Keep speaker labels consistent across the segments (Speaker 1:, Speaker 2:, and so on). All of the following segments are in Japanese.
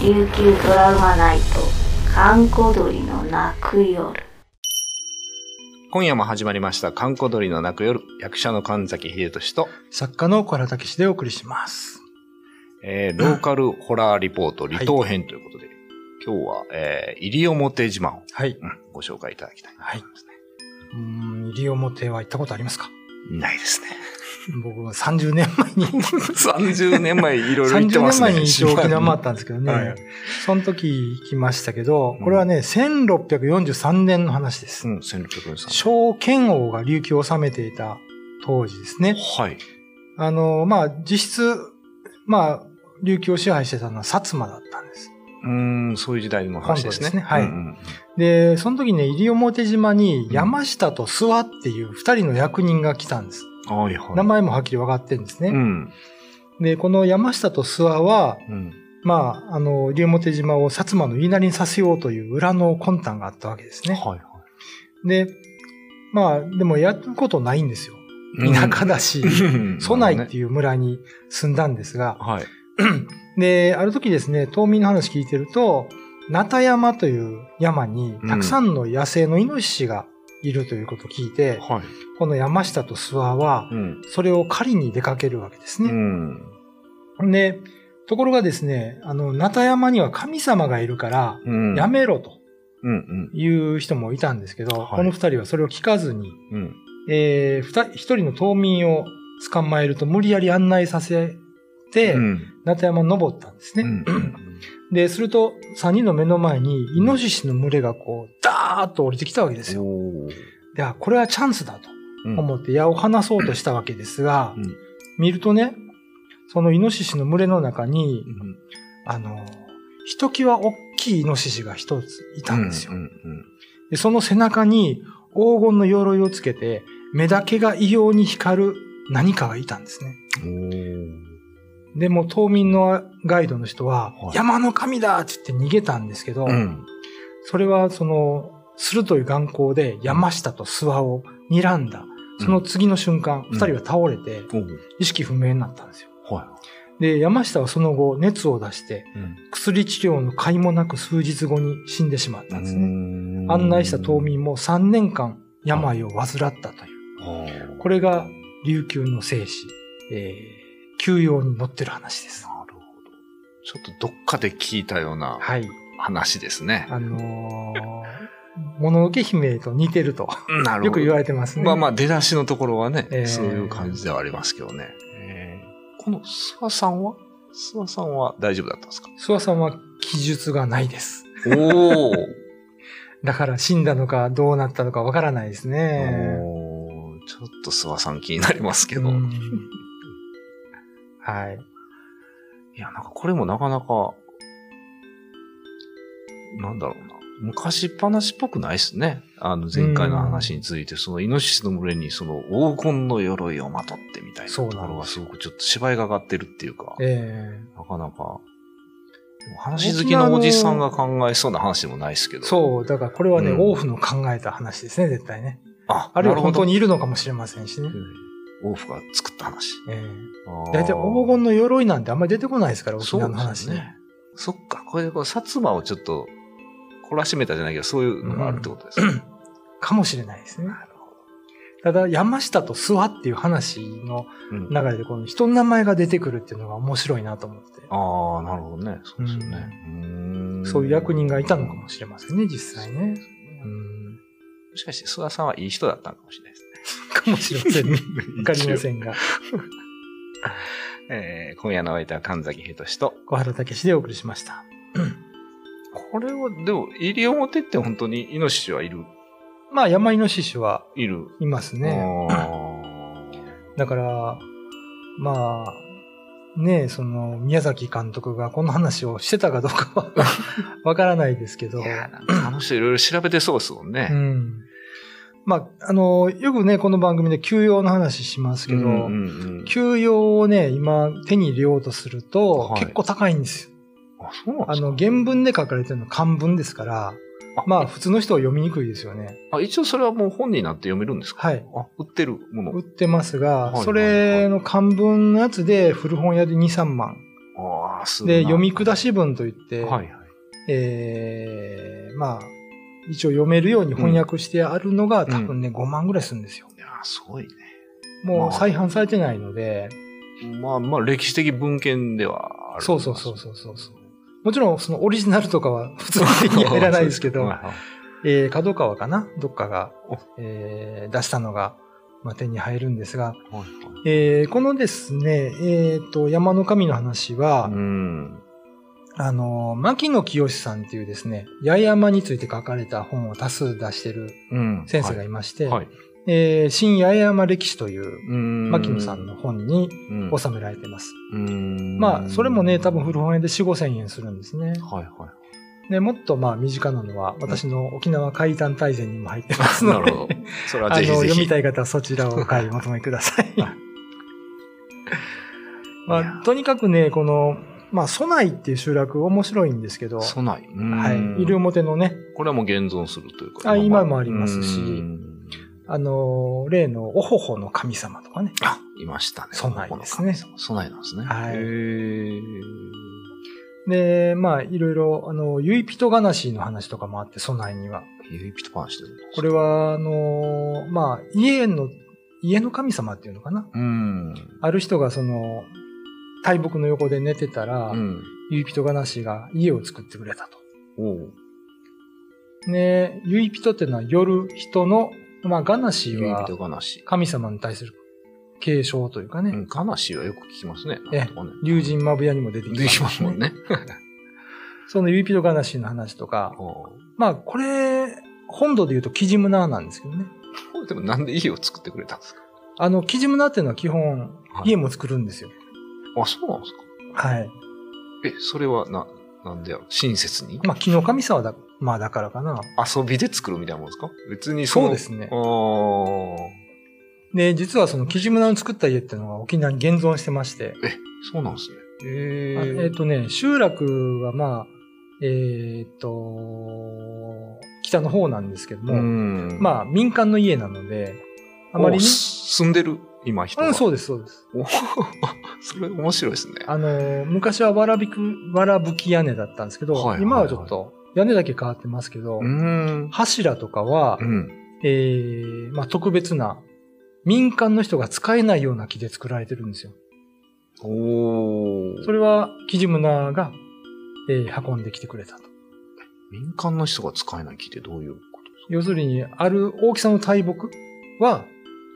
Speaker 1: 琉球ドラマナイト閑古鳥の泣く夜
Speaker 2: 今夜も始まりました、観光鳥の泣く夜、役者の神崎秀俊と、
Speaker 3: 作家の小原武史でお送りします。
Speaker 2: えーローカルホラーリポート、離島編ということで、今日は、えー、西表島を、
Speaker 3: はい。
Speaker 2: うんご紹介いただきたい。
Speaker 3: はい。うーん、西表は行ったことありますか
Speaker 2: ないですね。
Speaker 3: 僕は30年前に、
Speaker 2: 30年前いろいろ言って
Speaker 3: 30
Speaker 2: ま
Speaker 3: 年
Speaker 2: すね。
Speaker 3: 前に一応沖縄回ったんですけど
Speaker 2: 島には
Speaker 3: ね
Speaker 2: い、
Speaker 3: その時行きましたけど、これはね、1643年の話で
Speaker 2: う
Speaker 3: す。
Speaker 2: ん、1643
Speaker 3: 小剣王が琉球を治めていた当時ですね。
Speaker 2: はい。
Speaker 3: あの、まあ、実質、まあ、琉球を支配してたのは薩摩だったんです。
Speaker 2: うーん、そういう時代の話ですね。
Speaker 3: 本当ですねはい
Speaker 2: うんうん
Speaker 3: で、その時ね、西表島に山下と諏訪っていう二人の役人が来たんです。
Speaker 2: うんはいはい。
Speaker 3: 名前もはっきり分かってるんですね。
Speaker 2: うん。
Speaker 3: で、この山下と諏訪は、
Speaker 2: うん。
Speaker 3: まあ、あの、龍表島を薩摩の言いなりにさせようという裏の魂胆があったわけですね。
Speaker 2: はいはい。
Speaker 3: で、まあ、でもやることないんですよ。田舎だ し、
Speaker 2: うん。
Speaker 3: 蘇内っ
Speaker 2: いう。
Speaker 3: ていう村に住んだんですが、
Speaker 2: はい。
Speaker 3: で、ある時ですね、島民の話聞いてると、ナタ山という山にたくさんの野生のイノシシがいるということを聞いて、
Speaker 2: はい。
Speaker 3: この山下と諏訪は
Speaker 2: う、ん。
Speaker 3: それを狩りに出かけるわけです
Speaker 2: う
Speaker 3: ね。
Speaker 2: ん。
Speaker 3: で、ところがですね、あの、ナタ山には神様がいるから、
Speaker 2: うん。
Speaker 3: やめろと
Speaker 2: うんうん。
Speaker 3: いう人もいたんですけど、
Speaker 2: はい
Speaker 3: この二人はそれを聞かずに、
Speaker 2: うん。
Speaker 3: えーふた一人の島民を捕まえると無理やり案内させて、
Speaker 2: うん
Speaker 3: ナタ山に登ったんです
Speaker 2: う
Speaker 3: ね。
Speaker 2: ん。
Speaker 3: で、すると、三人の目の前に、イノシシの群れがこう、ダーッと降りてきたわけですよ。
Speaker 2: おー
Speaker 3: で、あ、これはチャンスだと
Speaker 2: うん
Speaker 3: 思って矢を放そうとしたわけですが、
Speaker 2: うん
Speaker 3: 見るとね、そのイノシシの群れの中に、
Speaker 2: うん
Speaker 3: あの、ひときわ大きいイノシシが一ついたんですよ。
Speaker 2: うんうん
Speaker 3: でその背中に黄金の鎧をつけて、目だけが異様に光る何かがいたんですね。
Speaker 2: うん
Speaker 3: でも、島民のガイドの人は、
Speaker 2: はい
Speaker 3: 山の神だって言って逃げたんですけど、
Speaker 2: おーうん
Speaker 3: それはその、鋭い眼光で山下と諏訪を睨んだ。その次の瞬間、
Speaker 2: ん
Speaker 3: 二人は倒れて、
Speaker 2: おー
Speaker 3: 意識不明になったんですよ。
Speaker 2: は
Speaker 3: で、山下はその後、熱を出して、
Speaker 2: いうん
Speaker 3: 薬治療の甲斐もなく数日後に死んでしまったんですね。
Speaker 2: ね
Speaker 3: 案内した島民も3年間病を患ったという。これが琉球の生死、えー、休養に乗ってる話です。
Speaker 2: なるほど。ちょっとどっかで聞いたような
Speaker 3: はい。
Speaker 2: 話ですね。
Speaker 3: あのー、もののけ姫と似てると、
Speaker 2: なる
Speaker 3: よ
Speaker 2: ほど。
Speaker 3: く言われてますね。
Speaker 2: まあまあ出だしのところはね、
Speaker 3: えー
Speaker 2: そういう感じではありますけどね。この諏訪さんは諏訪さんは大丈夫だったんですか
Speaker 3: 諏訪さんは記述がないです。
Speaker 2: おー
Speaker 3: だから死んだのかどうなったのかわからないですね。
Speaker 2: おーちょっと諏訪さん気になりますけど。
Speaker 3: うんはい。
Speaker 2: いや、なんかこれもなかなか、なんだろうな。昔っぱなしっぽくないですね。あの、前回の話について、そのイノシシの群れにその黄金の鎧をまとってみたいな
Speaker 3: そう
Speaker 2: と
Speaker 3: なんです
Speaker 2: ころがすごくちょっと芝居が上がってるっていうか、
Speaker 3: え
Speaker 2: なかなか、でも話好きのおじさんが考えそうな話でもないですけ
Speaker 3: ー
Speaker 2: ど。う。
Speaker 3: そう、だからこれはね、
Speaker 2: うん
Speaker 3: 王府の考えた話ですね、絶対ね。
Speaker 2: あ、
Speaker 3: あるいは
Speaker 2: なほ
Speaker 3: 本
Speaker 2: ど
Speaker 3: 当。にいるのかもしれませんしね。
Speaker 2: うん王府が作った話。
Speaker 3: えー
Speaker 2: だ
Speaker 3: 大体黄金の鎧なんてあんまり出てこないですから、沖
Speaker 2: そう
Speaker 3: 縄の
Speaker 2: です
Speaker 3: 話
Speaker 2: よ
Speaker 3: ね。。
Speaker 2: そっか、これでこう薩摩をちょっと懲らしめたじゃないけど、そういうのがあるってことですね。
Speaker 3: かもしれないですね。
Speaker 2: なるほ
Speaker 3: ただ、山下と諏訪っていう話
Speaker 2: ど
Speaker 3: の
Speaker 2: うん
Speaker 3: 流れで、この人の名前が出てくるっていうのが面白いなと思って、
Speaker 2: ああ、なるほどね。そうですよね。うーん
Speaker 3: そういう役人がいたのかもしれませんね、実際ね。うん、
Speaker 2: もしかして諏訪さんはいい人だったのかもしれないです
Speaker 3: かもしれませんね。
Speaker 2: ね。
Speaker 3: わかりませ
Speaker 2: ん。
Speaker 3: んが、
Speaker 2: えー、今夜のお相手は神崎平しと。
Speaker 3: 小原武史でお送りしました。
Speaker 2: これは、でも、西表って本当にイノシシはいる、
Speaker 3: まあ、山イノシシはい
Speaker 2: る。
Speaker 3: いますね。
Speaker 2: あー
Speaker 3: だから、まあ、ねえ、その、宮崎監督がこの話をしてたかどうか はわからないですけど
Speaker 2: い、やー、なんかあの人いろいろ調べてそうですもん
Speaker 3: う
Speaker 2: ね。
Speaker 3: ん。まあ、あの、よくね、この番組で休養の話しますけど、
Speaker 2: うんうんうん
Speaker 3: 休養をね、今手に入れようとすると、
Speaker 2: はい
Speaker 3: 結構高いんですよ。
Speaker 2: あ、そうなんで
Speaker 3: あ
Speaker 2: すか
Speaker 3: の、原文で書かれてるの漢文ですから、
Speaker 2: あ
Speaker 3: まあ、普通の人は読みにくいですよね。
Speaker 2: あ、一応それはもう本になって読めるんですか
Speaker 3: はい。
Speaker 2: あ、売ってるもの
Speaker 3: 売。ってます
Speaker 2: はいはい
Speaker 3: が
Speaker 2: は、い
Speaker 3: それの漢文のやつで古本屋で2、3万
Speaker 2: あああ、すごいな
Speaker 3: で、読み下し文といって、
Speaker 2: はいはい。
Speaker 3: えーまあ、一応読めるように翻訳してあるのが、
Speaker 2: うん
Speaker 3: 多分ね、5万ぐらいするんですよ。
Speaker 2: いやー、すごいね。ま
Speaker 3: も
Speaker 2: あ
Speaker 3: う再販されてないので、
Speaker 2: まあまあ、歴史的文献ではある。
Speaker 3: そうそうそうそうそうそう。もちろん、そのオリジナルとかは普通に入らないで すけ
Speaker 2: そう
Speaker 3: ど、
Speaker 2: か
Speaker 3: えー、角川かなどっかが
Speaker 2: お、
Speaker 3: えー出したのが、まあ、手に入るんです
Speaker 2: は
Speaker 3: が、
Speaker 2: いはい
Speaker 3: えーこのですね、えーと、山の神の話は、
Speaker 2: うん。
Speaker 3: あの、牧野清さんっていうですね、八重山について書かれた本を多数出してる
Speaker 2: うん。
Speaker 3: 先生がいまして、
Speaker 2: はい。はい
Speaker 3: えー新八重山歴史という、
Speaker 2: うん
Speaker 3: 牧野さんの本に
Speaker 2: うん
Speaker 3: 収められてます。
Speaker 2: うん
Speaker 3: まあ、それもね、多分古本屋で4、5千円するんですね。
Speaker 2: はいは
Speaker 3: で、もっとまあ、身近なのは、私の沖縄海胆大全にも入ってま
Speaker 2: い。
Speaker 3: す
Speaker 2: な
Speaker 3: の
Speaker 2: る
Speaker 3: で、
Speaker 2: ほど。それは
Speaker 3: あ
Speaker 2: ぜ
Speaker 3: の、
Speaker 2: ひぜ
Speaker 3: 読み
Speaker 2: ひ。
Speaker 3: たい方はそちらをお買い求めください。
Speaker 2: いや
Speaker 3: まあ、とにかくね、この、まあ、蘇内っていう集落面白いんですけど、
Speaker 2: 備ない。
Speaker 3: は
Speaker 2: うん
Speaker 3: い。西表のね、
Speaker 2: これはもう現存するというか。
Speaker 3: あ
Speaker 2: ま
Speaker 3: 今もありますし
Speaker 2: うん
Speaker 3: あの、例のオホホの神様とかね。
Speaker 2: あ、いましたね。
Speaker 3: 備えですね
Speaker 2: この神様。備えなんですね。
Speaker 3: はい
Speaker 2: へー
Speaker 3: で、まあ、いろいろ、あの、ユイピトガナシーの話とかもあって、蘇内には。
Speaker 2: ユイピトパンしてるんです
Speaker 3: これは、あの、まあ、家の、家の神様っていうのかな。
Speaker 2: うん。
Speaker 3: ある人が、その、大木の横で寝てたら、
Speaker 2: うん。
Speaker 3: ユイピトガナシーが家を作ってくれたと。
Speaker 2: おう
Speaker 3: ね、ユイピトっていうのは夜人の、まあ、ガナシ
Speaker 2: ユ
Speaker 3: ー
Speaker 2: イピ
Speaker 3: は
Speaker 2: トガナシ。
Speaker 3: 神様に対する継承というかね、
Speaker 2: うんガナシはよく聞きますね。
Speaker 3: え
Speaker 2: なんとかね
Speaker 3: 竜神マブヤにも出てき
Speaker 2: できますもんね。
Speaker 3: そのユイピトガナシーの話とか、
Speaker 2: おう
Speaker 3: まあ、これ、本土で言うとキジムナーなんですけどね。
Speaker 2: これでもなんで家を作ってくれたんですか
Speaker 3: あの、キジムナーっていうのは基本、
Speaker 2: はい
Speaker 3: 家も作るんですよ。
Speaker 2: あ、そうなんですか
Speaker 3: はい。
Speaker 2: え、それはな、なんでやろ親切に
Speaker 3: まあ、木の神様だ、まあ、だからかな。
Speaker 2: 遊びで作るみたいなもんですか別に。
Speaker 3: そうですすね
Speaker 2: あ。ー
Speaker 3: で、実はそのキジムナーの作った家っていうのが沖縄に現存してまして、
Speaker 2: え、そうなんですね。
Speaker 3: あ
Speaker 2: え
Speaker 3: えっ、
Speaker 2: ー、
Speaker 3: とね、集落はまあ、えっ、と、北の方なんですけども、
Speaker 2: ん
Speaker 3: まあ、民間の家なので、あまり
Speaker 2: お
Speaker 3: ね、
Speaker 2: す住んでる今人。
Speaker 3: うん、そううです、そうです。
Speaker 2: おそれ面白いですね。
Speaker 3: あの、昔はわらびく、わらぶき屋根だったんですけど、
Speaker 2: はいはいはい
Speaker 3: 今はちょっと屋根だけ変わってますけど、
Speaker 2: うーん。
Speaker 3: 柱とかは、
Speaker 2: うん。
Speaker 3: えーまあ、特別な民間の人が使えないような木で作られてるんですよ。
Speaker 2: おー
Speaker 3: それは、キジムナーが、えー運んできてくれたと。
Speaker 2: 民間の人が使えない木ってどういうことですか
Speaker 3: 要するに、ある大きさの大木は、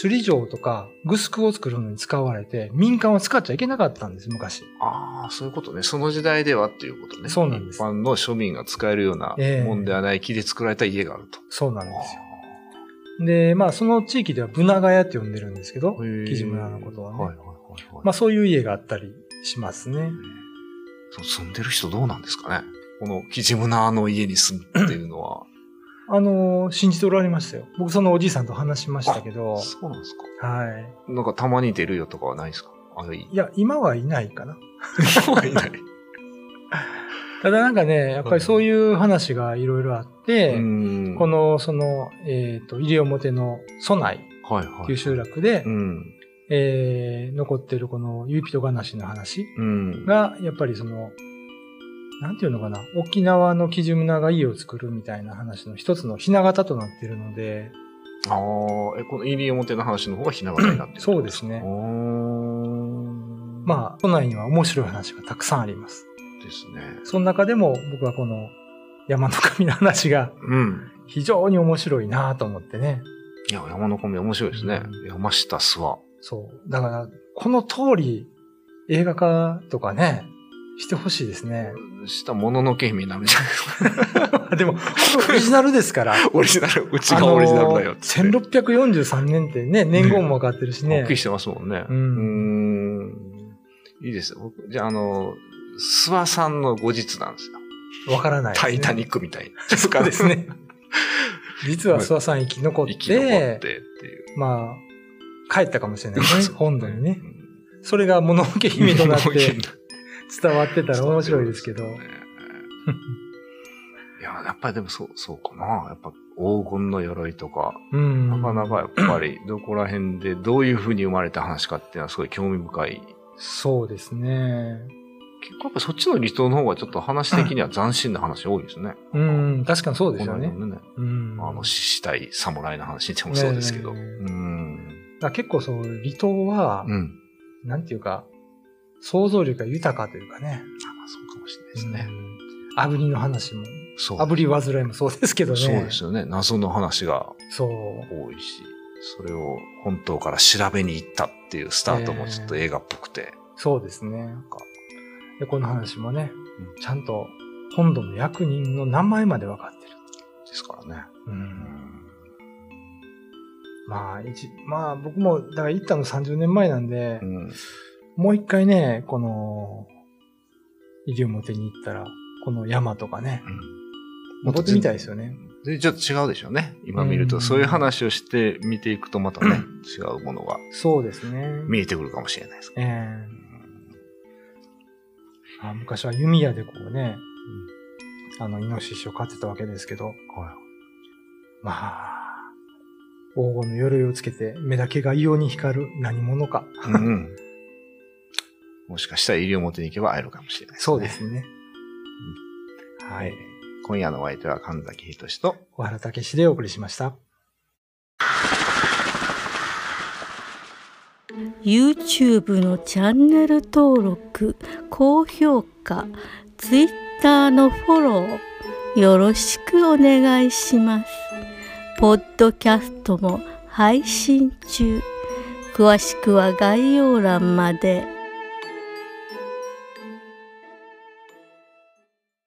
Speaker 3: 首里城とかグスクを作るのに使われて、民間は使っちゃいけなかったんです、昔。
Speaker 2: ああ、そういうことね。その時代ではっていうことね。
Speaker 3: そうなんです
Speaker 2: 一般の庶民が使えるような
Speaker 3: ええ
Speaker 2: もんではない木で作られた家があると。
Speaker 3: そうなんですよ。で、まあ、その地域では、ブナガ屋って呼んでるんですけど、
Speaker 2: へえ
Speaker 3: キジムナーのことはね。
Speaker 2: はいはいはい、はい
Speaker 3: まあ、そういう家があったりしますね。
Speaker 2: そう住んでる人どうなんですかね。このキジムナーの家に住むっていうのは。
Speaker 3: あのー信じておられましたよ。僕、そのおじいさんと話しましたけど、
Speaker 2: そうなんですか。
Speaker 3: は
Speaker 2: なんかたまに出るよとかはないですかあれ、い
Speaker 3: い。いや、今はいないかな。
Speaker 2: ない。ない。
Speaker 3: ただなんかね、やっぱりそういう話がいろいろあって、
Speaker 2: ん
Speaker 3: こ、の、その、えっ、と、西表の蘇内
Speaker 2: はいはい。
Speaker 3: っていう集落で、
Speaker 2: うん。
Speaker 3: えー残ってるこのユーピトガナシの話
Speaker 2: うん。
Speaker 3: が、やっぱりその、なんていうのかな、沖縄の基準なが家を作るみたいな話の一つの雛形となってるので、
Speaker 2: ああ、え、この入り表の話の方がひな形になってる。
Speaker 3: そうですね。
Speaker 2: ま
Speaker 3: まあ、都内には面白い話がたくさんあります。
Speaker 2: あ。ですね。
Speaker 3: その中でも僕はこの山の神の話が
Speaker 2: うん。
Speaker 3: 非常に面白いなと思ってね。
Speaker 2: いや、山の神面白いですね。
Speaker 3: う
Speaker 2: 山下諏訪。
Speaker 3: そう。だから、この通り映画化とかね、してほしいです ね。
Speaker 2: したもののけ姫なみ たい
Speaker 3: でも、これオリジナルで すから。
Speaker 2: な。オリジナル、うち
Speaker 3: あ
Speaker 2: が
Speaker 3: の
Speaker 2: オリジナルだよっつって。
Speaker 3: 1643年ってね、年号も分かってるし
Speaker 2: は
Speaker 3: ね。
Speaker 2: っきりしてますもんね。
Speaker 3: う
Speaker 2: うーんいいですよ。僕じゃあ、あの、諏訪さんの後日なんですよ。
Speaker 3: 分からない、
Speaker 2: タイタニックみたいな。
Speaker 3: ックです。ね。 実は諏訪さん生き残っ、
Speaker 2: 生き残ってっていう。
Speaker 3: まあ、帰ったかもしれないですね、本土にね
Speaker 2: う。ん。
Speaker 3: それが物置け姫となっ
Speaker 2: 物置
Speaker 3: て
Speaker 2: に
Speaker 3: 伝わってたら面白いです けど。
Speaker 2: いや、やっぱりでもそう、そうかな。やっぱ黄金の鎧とか、
Speaker 3: うん。
Speaker 2: なかなかやっぱりどこら辺でどういう風に生まれた話かっていうのはすごい興味深い
Speaker 3: そうですね。
Speaker 2: 結構やっぱそっちの離島の方がちょっと話的には斬新な話多いですね。
Speaker 3: うん、確かにそうですよね
Speaker 2: こ。の間のね
Speaker 3: うん。
Speaker 2: あの、死したい侍の話でもそうですけど。う
Speaker 3: ねえねえ
Speaker 2: ん。
Speaker 3: だから結構そう、離島は、
Speaker 2: うん。
Speaker 3: なんていうか、想像力が豊かというかね。
Speaker 2: あそうかもしれないですね。
Speaker 3: うん。炙りの話も、
Speaker 2: そう。
Speaker 3: 炙り煩いもそうですけどね。
Speaker 2: そうですよね。謎の話が
Speaker 3: そう。
Speaker 2: 多いし、それを本当から調べに行ったっていうスタートもちょっと映画っぽくて。
Speaker 3: そうですね。なんかで、この話もね、
Speaker 2: うん
Speaker 3: ちゃんと本土の役人の名前まで分かってる。
Speaker 2: ですからね。
Speaker 3: うん。まあ、一、まあ僕も、だから行ったの30年前なんで、
Speaker 2: うん。
Speaker 3: もう一回ね、この、西表に行ったら、この山とかね、登ってみたいですよね。
Speaker 2: で、ちょっと違うでしょうね。今見る
Speaker 3: う
Speaker 2: と、
Speaker 3: ん
Speaker 2: そういう話をして見ていくとま たね、違うものが
Speaker 3: そうですね。
Speaker 2: 見えてくるかもしれない ですね。
Speaker 3: ええあ昔は弓矢でこうね、あの、イノシシを飼ってたわけですけど、
Speaker 2: は
Speaker 3: まあ、黄金の鎧をつけて、目だけが異様に光る何者か。
Speaker 2: い。うん。もしかしたら西表に行けば会えるかもしれない、
Speaker 3: そうで。すね。は
Speaker 2: はいい。。今夜のお相手は神崎仁と、
Speaker 3: 小原武史でお送りしました。
Speaker 4: YouTube のチャンネル登録高評価 Twitter のフォローよろしくお願いしますポッドキャストも配信中詳しくは概要欄まで。